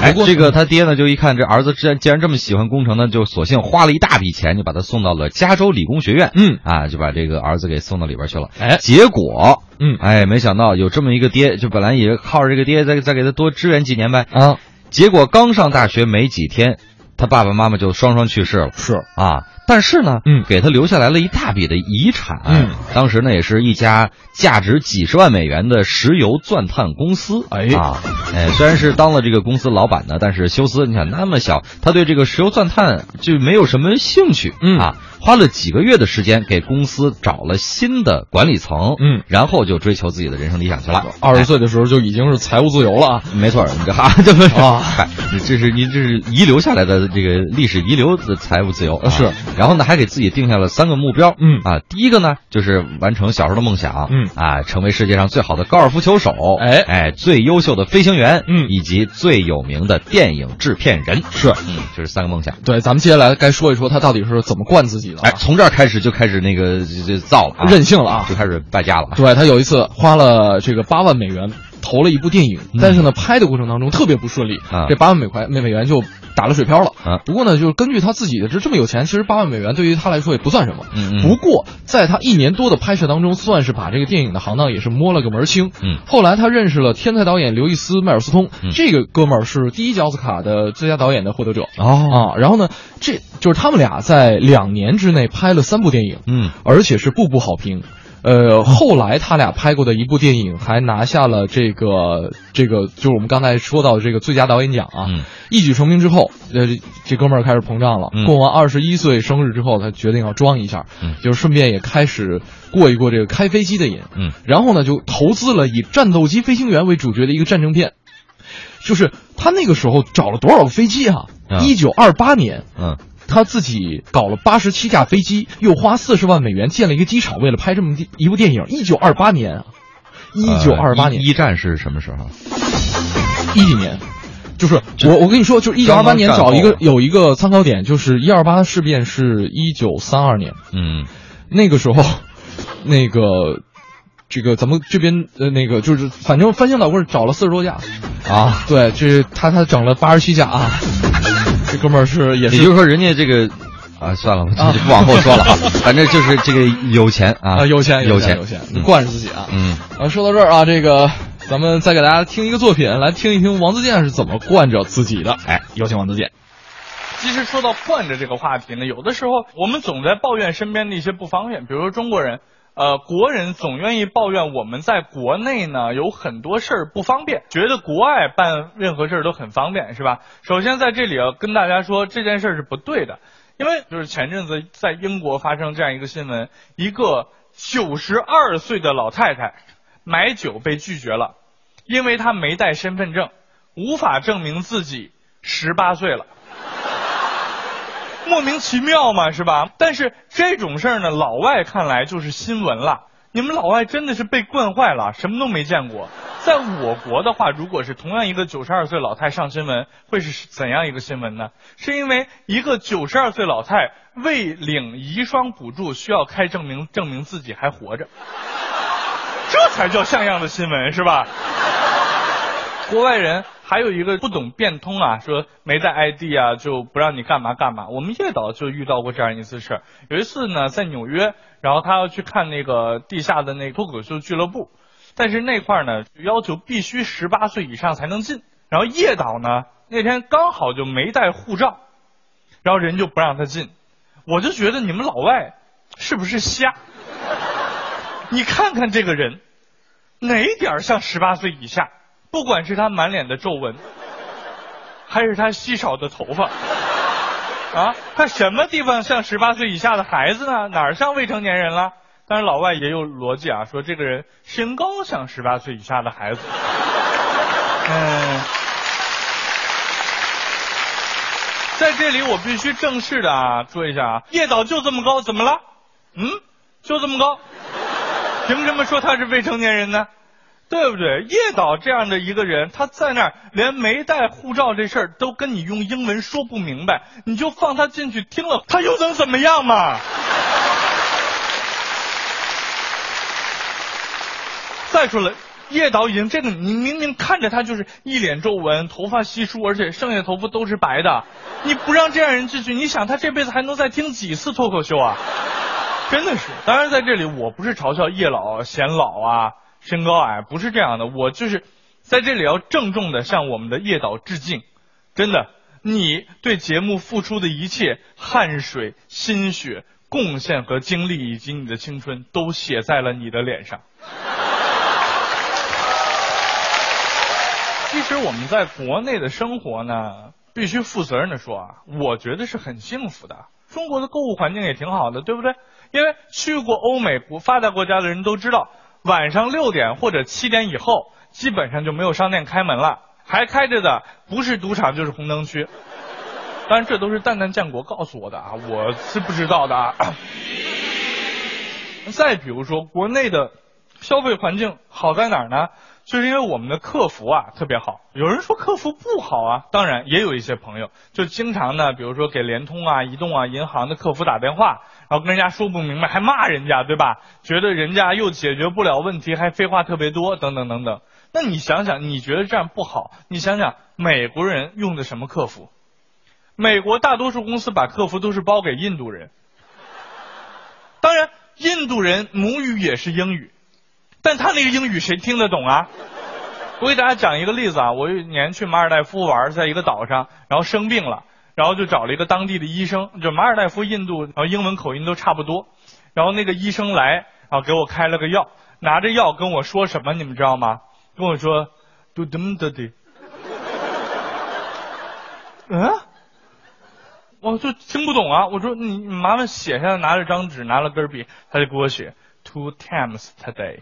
Speaker 3: 哎，
Speaker 1: 不过
Speaker 3: 这个他爹呢，就一看这儿子既然既然这么喜欢工程呢，就索性花了一大笔钱，就把他送到了加州理工学院。
Speaker 1: 嗯
Speaker 3: 啊，就把这个儿子给送到里边去了。
Speaker 1: 哎
Speaker 3: 结果，
Speaker 1: 嗯
Speaker 3: 哎，没想到有这么一个爹，就本来也靠着这个爹再再给他多支援几年呗。
Speaker 1: 啊，
Speaker 3: 结果刚上大学没几天，他爸爸妈妈就双双去世了。
Speaker 1: 是
Speaker 3: 啊，但是呢，
Speaker 1: 嗯
Speaker 3: 给他留下来了一大笔的遗产。
Speaker 1: 嗯，
Speaker 3: 当时呢，也是一家价值几十万美元的石油钻探公司。
Speaker 1: 哎
Speaker 3: 啊，哎，虽然是当了这个公司老板呢，但是休斯，你想那么小，他对这个石油钻探就没有什么兴趣。
Speaker 1: 嗯
Speaker 3: 啊，花了几个月的时间给公司找了新的管理层。
Speaker 1: 嗯，
Speaker 3: 然后就追求自己的人生理想去了。
Speaker 1: 二十岁的时候就已经是财务自由了啊，
Speaker 3: 没错，你这哈， 这不是
Speaker 1: 啊
Speaker 3: 嗨你这是您这是遗留下来的这个历史遗留的财务自由、啊、
Speaker 1: 是。
Speaker 3: 然后呢，还给自己定下了三个目标，
Speaker 1: 嗯
Speaker 3: 啊，第一个呢就是完成小时候的梦想，
Speaker 1: 嗯
Speaker 3: 啊，成为世界上最好的高尔夫球手，
Speaker 1: 哎
Speaker 3: 哎，最优秀的飞行员，
Speaker 1: 嗯
Speaker 3: 以及最有名的电影制片人，
Speaker 1: 是啊
Speaker 3: 嗯，就是三个梦想。
Speaker 1: 对，咱们接下来该说一说他到底是怎么惯自己的、啊，
Speaker 3: 哎，从这儿开始就开始那个就就造了、啊，
Speaker 1: 任性了啊
Speaker 3: 就开始败家了啊。
Speaker 1: 对他有一次花了这个八万美元投了一部电影，但是呢，拍的过程当中特别不顺利，
Speaker 3: 嗯啊
Speaker 1: 这八万美块美美元就打了水漂了。
Speaker 3: 啊
Speaker 1: 不过呢，就是根据他自己的这这么有钱，其实八万美元对于他来说也不算什么。
Speaker 3: 嗯嗯
Speaker 1: 不过在他一年多的拍摄当中，算是把这个电影的行当也是摸了个门儿清。
Speaker 3: 嗯
Speaker 1: 后来他认识了天才导演刘易斯·迈尔斯通，
Speaker 3: 嗯
Speaker 1: 这个哥们儿是第一届奥斯卡的最佳导演的获得者。
Speaker 3: 哦，
Speaker 1: 啊，然后呢，这就是他们俩在两年之内拍了三部电影，
Speaker 3: 嗯，
Speaker 1: 而且是步步好评。呃，后来他俩拍过的一部电影还拿下了这个这个，就是我们刚才说到的这个最佳导演奖啊，
Speaker 3: 嗯
Speaker 1: 一举成名之后，呃，这这哥们儿开始膨胀了。
Speaker 3: 嗯
Speaker 1: 过完二十一岁生日之后，他决定要装一下，
Speaker 3: 嗯
Speaker 1: 就是顺便也开始过一过这个开飞机的瘾。
Speaker 3: 嗯
Speaker 1: 然后呢，就投资了以战斗机飞行员为主角的一个战争片，就是他那个时候找了多少个飞机啊
Speaker 3: 啊？
Speaker 1: 一九二八年，
Speaker 3: 嗯
Speaker 1: 他自己搞了八十七架飞机，又花四十万美元建了一个机场，为了拍这么一部电影。一九二八年啊，一九二八
Speaker 3: 呃
Speaker 1: 年
Speaker 3: 一一战是什么时候？
Speaker 1: 一几年？就是我，我跟你说，就是一九二
Speaker 3: 刚
Speaker 1: 八
Speaker 3: 刚
Speaker 1: 年
Speaker 3: 战
Speaker 1: 找一
Speaker 3: 后
Speaker 1: 个有一个参考点，就是一二八事变是一九三二年，
Speaker 3: 嗯
Speaker 1: 那个时候，那个这个咱们这边呃那个就是反正翻箱倒柜找了四十多架，
Speaker 3: 啊，
Speaker 1: 对，这他他整了八十七架啊，这哥们儿是也
Speaker 3: 也
Speaker 1: 是
Speaker 3: 就是说人家这个啊，算了，我就不往后说了啊，反正就是这个有钱啊，
Speaker 1: 啊，有钱
Speaker 3: 有
Speaker 1: 钱有钱，，
Speaker 3: 钱嗯
Speaker 1: 惯着自己啊。
Speaker 3: 嗯
Speaker 1: 啊，说到这儿啊，这个咱们再给大家听一个作品，来听一听王自健是怎么惯着自己的。哎，有请王自健。
Speaker 8: 其实说到惯着这个话题呢，有的时候我们总在抱怨身边的一些不方便，比如说中国人，呃，国人总愿意抱怨我们在国内呢有很多事儿不方便，觉得国外办任何事儿都很方便，是吧？首先在这里要跟大家说，这件事儿是不对的，因为就是前阵子在英国发生这样一个新闻，一个九十二岁的老太太买酒被拒绝了，因为她没带身份证，无法证明自己十八岁了。莫名其妙嘛，是吧？但是这种事儿呢，老外看来就是新闻了。你们老外真的是被惯坏了，什么都没见过。在我国的话，如果是同样一个九十二岁老太上新闻，会是怎样一个新闻呢？是因为一个九十二岁老太为领遗孀补助，需要开证明，证明自己还活着，这才叫像样的新闻，是吧？国外人还有一个不懂变通啊，说没带 ID 啊就不让你干嘛干嘛。我们叶导就遇到过这样一次事儿。有一次呢，在纽约，然后他要去看那个地下的那个脱口秀俱乐部，但是那块儿呢要求必须十八岁以上才能进。然后叶导呢那天刚好就没带护照，然后人就不让他进。我就觉得你们老外是不是瞎？你看看这个人，哪一点儿像十八岁以下？不管是他满脸的皱纹，还是他稀少的头发，啊，他什么地方像十八岁以下的孩子呢？哪儿像未成年人了？但是老外也有逻辑啊，说这个人身高像十八岁以下的孩子。嗯，在这里我必须正式的啊说一下啊，叶导就这么高，怎么了？嗯，就这么高，凭什么说他是未成年人呢？对不对？叶导这样的一个人，他在那儿连没带护照这事儿都跟你用英文说不明白，你就放他进去听了，他又能怎么样嘛？再说了，叶导已经这个，你明明看着他就是一脸皱纹，头发稀疏，而且剩下头发都是白的，你不让这样人进去，你想他这辈子还能再听几次脱口秀啊？真的是，当然在这里我不是嘲笑叶老显老啊，身高矮，不是这样的，我就是在这里要郑重的向我们的叶导致敬，真的，你对节目付出的一切汗水、心血、贡献和精力，以及你的青春，都写在了你的脸上。其实我们在国内的生活呢，必须负责任的说啊，我觉得是很幸福的。中国的购物环境也挺好的，对不对？因为去过欧美国发达国家的人都知道，晚上六点或者七点以后，基本上就没有商店开门了，还开着的不是赌场就是红灯区。当然，这都是蛋蛋建国告诉我的啊，我是不知道的啊。再比如说，国内的消费环境好在哪儿呢？就是因为我们的客服啊特别好。有人说客服不好啊，当然也有一些朋友就经常呢，比如说给联通啊、移动啊、银行的客服打电话，然后跟人家说不明白，还骂人家，对吧？觉得人家又解决不了问题，还废话特别多，等等等等。那你想想，你觉得这样不好？你想想，美国人用的什么客服？美国大多数公司把客服都是包给印度人，当然，印度人母语也是英语，但他那个英语谁听得懂啊？我给大家讲一个例子啊，我有一年去马尔代夫玩，在一个岛上，然后生病了，然后就找了一个当地的医生，就马尔代夫、印度，然后英文口音都差不多，然后那个医生来，然啊，给我开了个药，拿着药跟我说什么，你们知道吗？跟我说，嘟噔的的，嗯、我就听不懂啊。我说你你麻烦写下来，拿了张纸，拿了根笔，他就给我写 two times today，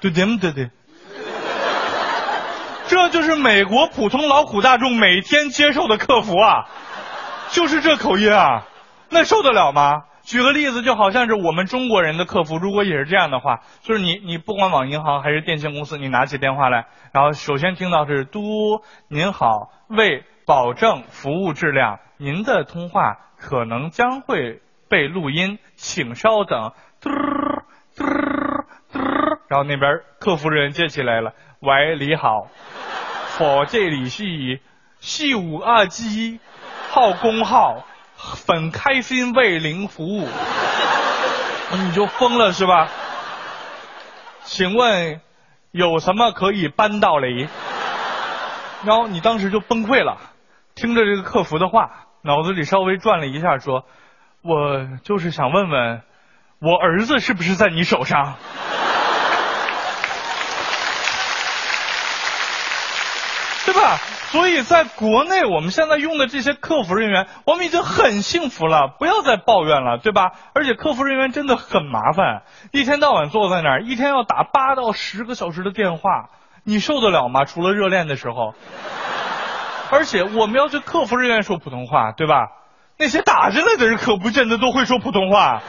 Speaker 8: 嘟噔的的。这就是美国普通劳苦大众每天接受的客服啊，就是这口音啊，那受得了吗？举个例子，就好像是我们中国人的客服，如果也是这样的话，就是你你不管往银行还是电信公司，你拿起电话来，然后首先听到是嘟您好，为保证服务质量，您的通话可能将会被录音，请稍等。嘟儿嘟儿嘟儿，然后那边客服人员接起来了，喂，你好，我这里是系五二七号工号，很开心为您服务。 你就疯了是吧？请问有什么可以搬到雷？然后你当时就崩溃了，听着这个客服的话，脑子里稍微转了一下，说：“我就是想问问，我儿子是不是在你手上？”对吧？所以在国内，我们现在用的这些客服人员，我们已经很幸福了，不要再抱怨了，对吧？而且客服人员真的很麻烦，一天到晚坐在那儿，一天要打八到十个小时的电话，你受得了吗？除了热恋的时候， 而且我们要对客服人员说普通话，对吧？那些打进来的人可不见得都会说普通话，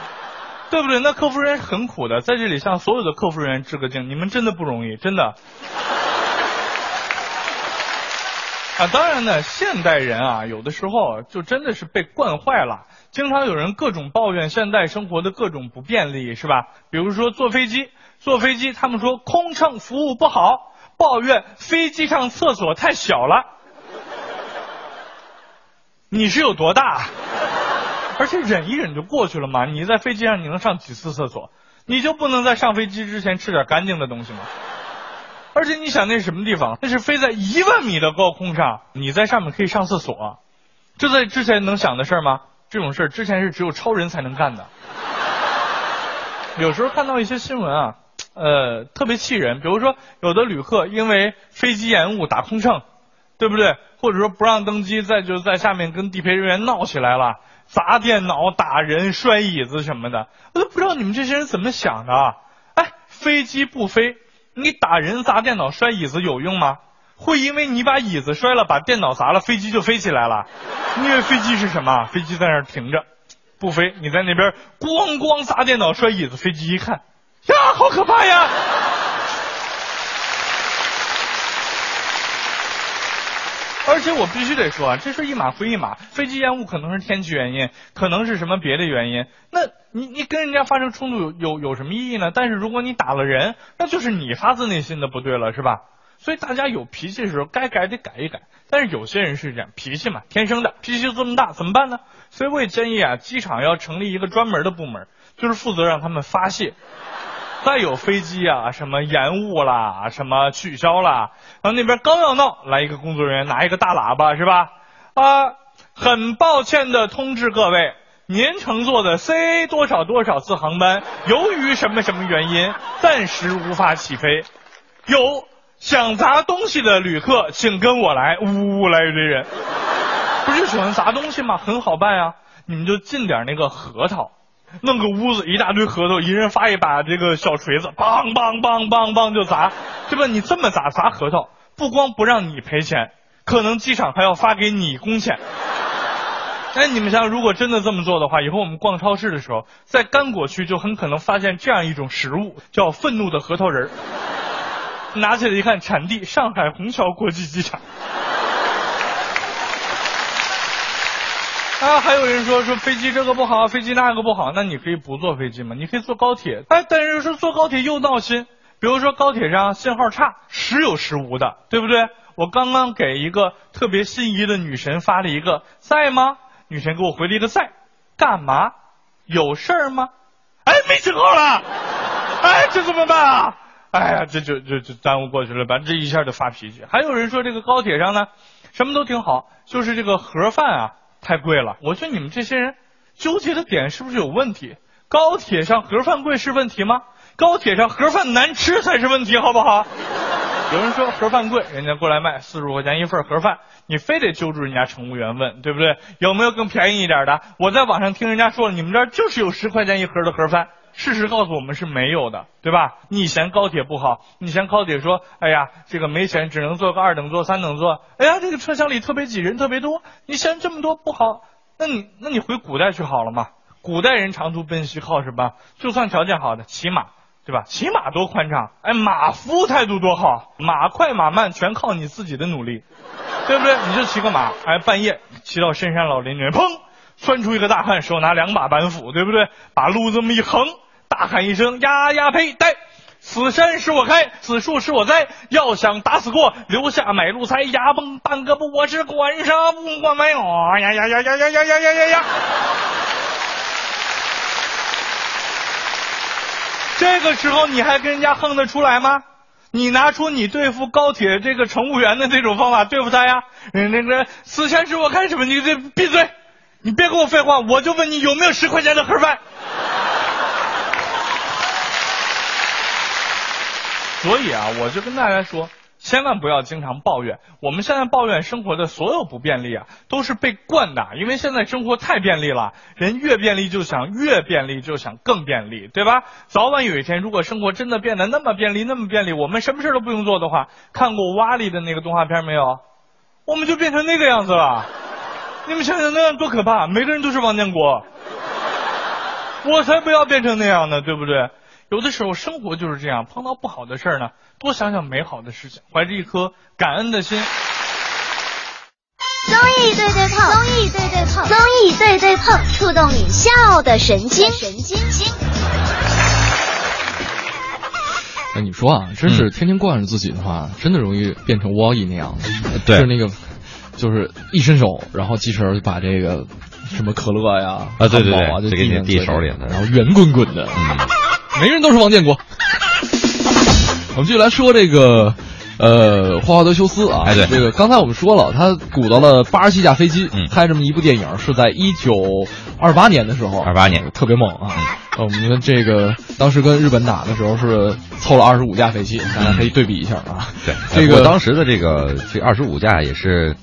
Speaker 8: 对不对？那客服人员很苦的，在这里向所有的客服人员致个敬，你们真的不容易，真的。啊，当然呢，现代人啊，有的时候就真的是被惯坏了。经常有人各种抱怨现代生活的各种不便利，是吧？比如说坐飞机，坐飞机他们说空乘服务不好，抱怨飞机上厕所太小了。你是有多大？啊而且忍一忍就过去了嘛。你在飞机上你能上几次厕所？你就不能在上飞机之前吃点干净的东西吗？而且你想那是什么地方？那是飞在一万米的高空上，你在上面可以上厕所，这在之前能想的事儿吗？这种事儿之前是只有超人才能干的。有时候看到一些新闻啊，呃，特别气人。比如说，有的旅客因为飞机延误打空乘，对不对？或者说不让登机，再就在下面跟地陪人员闹起来了，砸电脑、打人、摔椅子什么的。我都不知道你们这些人怎么想的啊！哎，飞机不飞，你打人、砸电脑、摔椅子有用吗？会因为你把椅子摔了、把电脑砸了，飞机就飞起来了？因为飞机是什么？飞机在那儿停着，不飞。你在那边咣咣砸电脑、摔椅子，飞机一看，呀，好可怕呀！而且我必须得说啊，这事儿一码归一码，飞机延误可能是天气原因，可能是什么别的原因。那你你跟人家发生冲突有有有什么意义呢？但是如果你打了人，那就是你发自内心的不对了，是吧？所以大家有脾气的时候该改得改一改，但是有些人是这样，脾气嘛，天生的，脾气就这么大，怎么办呢？所以我也建议啊，机场要成立一个专门的部门，就是负责让他们发泄。再有飞机啊，什么延误啦，什么取消啦，然后那边刚要闹，来一个工作人员拿一个大喇叭是吧？啊，很抱歉的通知各位，您乘坐的 C 多少多少次航班，由于什么什么原因，暂时无法起飞。有想砸东西的旅客，请跟我来。呜呜，来一堆人，不是喜欢砸东西吗？很好办呀、你们就进点那个核桃。弄个屋子，一大堆核桃，一人发一把这个小锤子，梆梆梆梆梆就砸，对吧？你这么砸砸核桃，不光不让你赔钱，可能机场还要发给你工钱。哎，你们想，如果真的这么做的话，以后我们逛超市的时候，在干果区就很可能发现这样一种食物，叫愤怒的核桃仁儿。 拿起来一看，产地上海虹桥国际机场。啊，还有人说说飞机这个不好，飞机那个不好，那你可以不坐飞机嘛，你可以坐高铁。哎，但是说坐高铁又闹心，比如说高铁上信号差，时有时无的，对不对？我刚刚给一个特别心仪的女神发了一个在吗？女神给我回了一个在，干嘛？有事儿吗？哎，没信号了，哎，这怎么办啊？哎呀，这就就就耽误过去了，反正这一下就发脾气。还有人说这个高铁上呢，什么都挺好，就是这个盒饭啊太贵了。我觉得你们这些人纠结的点是不是有问题？高铁上盒饭贵是问题吗？高铁上盒饭难吃才是问题，好不好？有人说盒饭贵，人家过来卖四十块钱一份盒饭，你非得揪住人家乘务员问，对不对？有没有更便宜一点的？我在网上听人家说了，你们这儿就是有十块钱一盒的盒饭。事实告诉我们是没有的，对吧？你嫌高铁不好，你嫌高铁说，哎呀，这个没钱，只能坐个二等座、三等座。哎呀，这个车厢里特别挤，人特别多，你嫌这么多不好，那你那你回古代去好了嘛？古代人长途奔袭靠什么？就算条件好的，骑马，对吧？骑马多宽敞，哎，马夫态度多好，马快马慢全靠你自己的努力，对不对？你就骑个马，哎，半夜骑到深山老林里面，砰，窜出一个大汉，手拿两把板斧，对不对？把路这么一横，大喊一声：“呀呀呸！呆！”此山使我开，此树使我栽。要想打死过，留下买路财。牙崩半个不，我是管杀不管埋。哦呀呀呀呀呀呀呀呀呀 呀！这个时候你还跟人家横得出来吗？你拿出你对付高铁这个乘务员的这种方法对付他呀？嗯，那个此山使我开什么？你这闭嘴！你别跟我废话，我就问你有没有十块钱的盒饭。所以啊，我就跟大家说，千万不要经常抱怨。我们现在抱怨生活的所有不便利啊，都是被惯的，因为现在生活太便利了，人越便利就想越便利，就想更便利，对吧？早晚有一天，如果生活真的变得那么便利，那么便利，我们什么事都不用做的话，看过瓦力的那个动画片没有？我们就变成那个样子了。你们想想那样多可怕！每个人都是王建国，我才不要变成那样呢，对不对？有的时候生活就是这样，碰到不好的事儿呢，多想想美好的事情，怀着一颗感恩的心。
Speaker 9: 综艺对对碰，综艺对对碰，综艺对对碰，触动你笑的神经，神经经。
Speaker 1: 那你说啊，真
Speaker 3: 嗯
Speaker 1: 是天天惯着自己的话，真的容易变成 Wally 那样的，
Speaker 3: 呃对
Speaker 1: 就是那个，就是一伸手，然后机器人就把这个什么可乐呀、
Speaker 3: 啊对对对
Speaker 1: 汉堡啊，就
Speaker 3: 就给你
Speaker 1: 上
Speaker 3: 递
Speaker 1: 嘴
Speaker 3: 手里了嗯
Speaker 1: 然后圆滚滚的， 每个人都是王建国。我们继续来说这个，呃，霍华德·休斯啊，
Speaker 3: 哎对
Speaker 1: 这个刚才我们说了，他鼓捣了八十七架飞机，
Speaker 3: 嗯
Speaker 1: 拍这么一部电影，是在一九二八年的时候，
Speaker 3: 28年
Speaker 1: 特别猛啊。呃我们这个当时跟日本打的时候是凑了二十五架飞机，大家可以对比一下啊。
Speaker 3: 对，
Speaker 1: 这
Speaker 3: 不过
Speaker 1: 个
Speaker 3: 当时的这个这二十五架也是。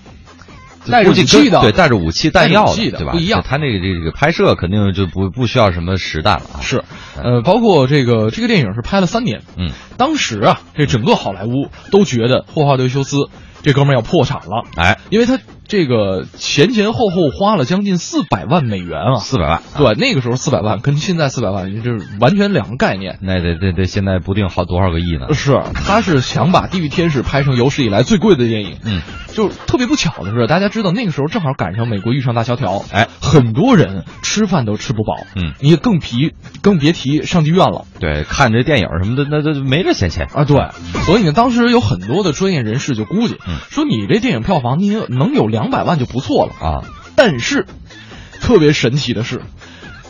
Speaker 1: 带着
Speaker 3: 估计
Speaker 1: 武器的
Speaker 3: 跟对，带着武器
Speaker 1: 带着
Speaker 3: 弹药
Speaker 1: 武器的
Speaker 3: 对吧？
Speaker 1: 不一样
Speaker 3: 他那个这个拍摄肯定就不不需要什么实弹了啊。
Speaker 1: 是，呃，包括这个这个电影是拍了三年，
Speaker 3: 嗯，
Speaker 1: 当时啊，这整个好莱坞都觉得霍华德·休斯这哥们儿要破产了，
Speaker 3: 哎，
Speaker 1: 因为他这个前前后后花了将近四百万美元啊，
Speaker 3: 四百万，
Speaker 1: 对，那个时候四百万跟现在四百万就是完全两个概念。
Speaker 3: 那得得得，现在不定好多少个亿呢。
Speaker 1: 是，他是想把《地狱天使》拍成有史以来最贵的电影。
Speaker 3: 嗯，
Speaker 1: 就是特别不巧的是，大家知道那个时候正好赶上美国遇上大萧条，
Speaker 3: 哎
Speaker 1: 很多人吃饭都吃不饱。
Speaker 3: 嗯
Speaker 1: 你也更皮，更别提上妓院了。
Speaker 3: 对，看这电影什么的，那都没这闲钱。
Speaker 1: 啊，对，所以呢，当时有很多的专业人士就估计，
Speaker 3: 嗯
Speaker 1: 说你这电影票房你能有两百万就不错了
Speaker 3: 啊。
Speaker 1: 但是，特别神奇的是，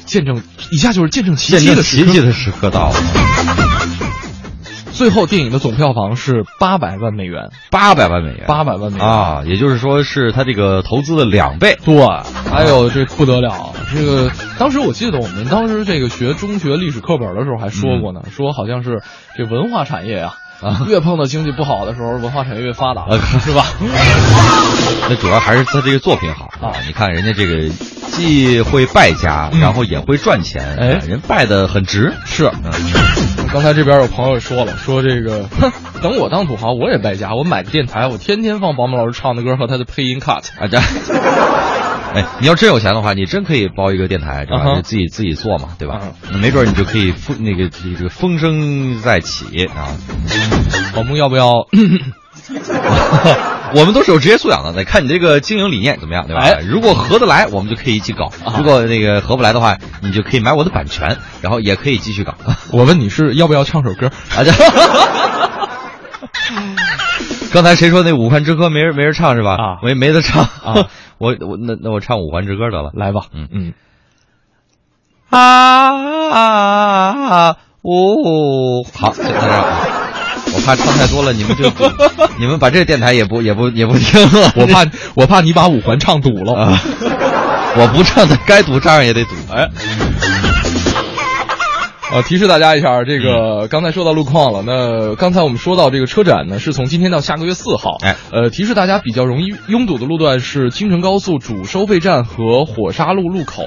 Speaker 1: 见证以下就是见证奇
Speaker 3: 见
Speaker 1: 迹
Speaker 3: 证
Speaker 1: 的时
Speaker 3: 奇
Speaker 1: 刻
Speaker 3: 迹的时刻到了，
Speaker 1: 最后电影的总票房是八百万美元，
Speaker 3: 八百万美元，
Speaker 1: 八百万美元。
Speaker 3: 啊，也就是说是他这个投资的两倍。
Speaker 1: 对，哎呦，这不得了！这个当时我记得我们当时这个学中学历史课本的时候还说过呢，说好像是这文化产业啊，
Speaker 3: 嗯啊
Speaker 1: 越碰到经济不好的时候，文化产业越发达，
Speaker 3: 啊
Speaker 1: 是吧？
Speaker 3: 那主要还是他这个作品好
Speaker 1: 啊
Speaker 3: 你看人家这个既会败家，
Speaker 1: 嗯
Speaker 3: 然后也会赚钱，
Speaker 1: 哎
Speaker 3: 人败的很值。
Speaker 1: 是。
Speaker 3: 嗯，
Speaker 1: 刚才这边有朋友也说了，说这个， 哼，等我当土豪，我也败家，我买个电台，我天天放宝马老师唱的歌和他的配音 cut。
Speaker 3: 啊这， 哎，你要真有钱的话，你真可以包一个电台，对吧？
Speaker 1: 嗯哼
Speaker 3: 就自己自己做嘛，对吧
Speaker 1: 嗯？
Speaker 3: 那没准你就可以风那个这个风生再起啊。
Speaker 1: 宝嗯木要不要？
Speaker 3: 我们都是有职业素养的，得看你这个经营理念怎么样，对吧？
Speaker 1: 哎啊
Speaker 3: 如果合得来，我们就可以一起搞；如果那个合不来的话，你就可以买我的版权，然后也可以继续搞。
Speaker 1: 我问你是要不要唱首歌？
Speaker 3: 啊， 这。刚才谁说那《五环之歌》没人没人唱是吧？
Speaker 1: 啊
Speaker 3: 没没得唱
Speaker 1: 啊！
Speaker 3: 我我那那我唱《五环之歌》得了。
Speaker 1: 来吧，
Speaker 3: 嗯
Speaker 1: 嗯，
Speaker 3: 啊啊啊！哦，好，就到这儿啊。我怕唱太多了，你们就 你们把这个电台也不也不也不听了。
Speaker 1: 我 怕我怕你把五环唱堵了。
Speaker 3: 啊，我不唱的，该堵照样也得堵。哎，
Speaker 1: 呃，提示大家一下，这个刚才说到路况了，那刚才我们说到这个车展呢，是从今天到下个月四号。
Speaker 3: 哎，
Speaker 1: 呃，提示大家比较容易拥堵的路段是京承高速主收费站和火沙路路口，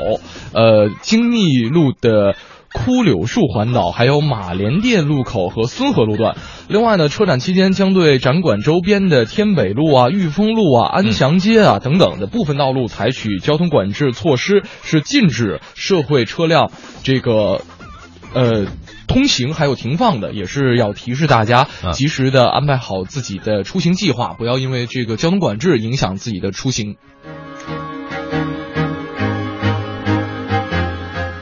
Speaker 1: 呃，京密路的。枯柳树环岛，还有马连店路口和孙河路段。另外呢，车展期间将对展馆周边的天北路啊、裕丰路啊、安祥街啊等等的部分道路采取交通管制措施，是禁止社会车辆这个呃通行还有停放的，也是要提示大家
Speaker 3: 啊
Speaker 1: 及时的安排好自己的出行计划，不要因为这个交通管制影响自己的出行。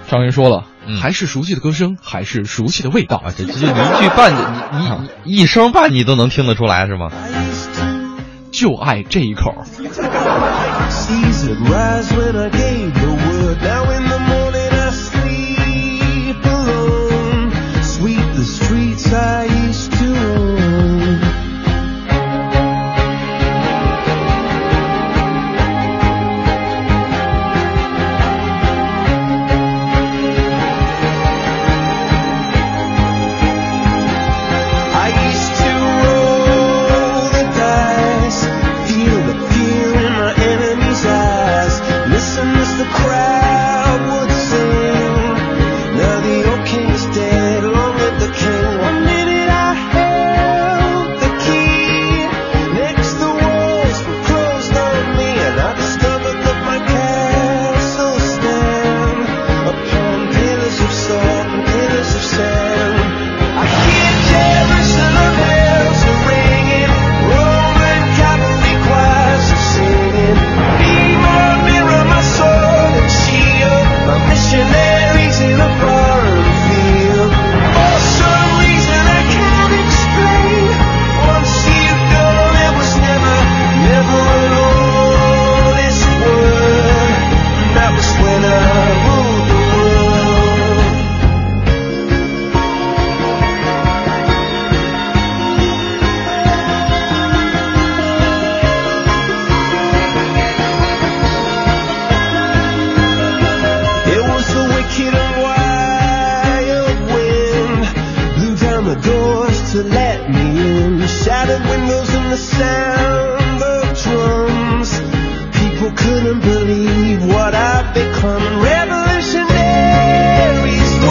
Speaker 1: 张云说了，
Speaker 3: 嗯
Speaker 1: 还是熟悉的歌声，还是熟悉的味道。
Speaker 3: 啊，这这就一句半，你你你一声半你都能听得出来是吗？
Speaker 1: 就爱这一口。
Speaker 6: season rise when I gave the word. Now in the morning I sleep alone. Sweep the streets I used to own. I used to roll the dice, feel the fear in my enemy's eyes, listen as the crowd would sing. Now the old king is dead, long live the king. One minute I held the key, next the walls were closed on me, and I discovered that my castle stand upon pillars of salt and pillars of sand. I hear Jerusalem bells are ringing, Roman Catholic choirs are singing. Be my mirror, my sword and shield, my missionaries in a foreign field. For some reason I can't explain, once you've gone, it was never, never an honest word. And that was when I ruled the world. It was the wicked and wild wind blew down the doors to let me in. Shattered windows and the sound of drums. People couldn't believe what I'd become. Revolutionaries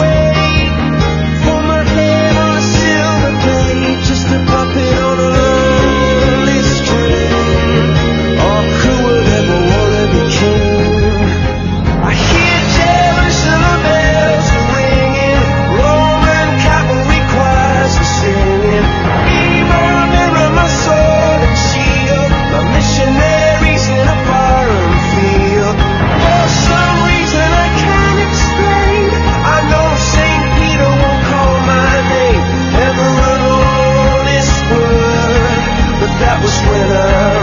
Speaker 6: wait for my head on a silver plate, just a puppet on a lonely string. Or who would ever wanna be king? I hear Jerusalem bells are ringing, Roman cavalry choirs are singing. Be my mirror, my sword and shield, my missionaries in a foreign field. For some reason I can't explain, I know Saint Peter won't call my name, ever an honest word, but that was when I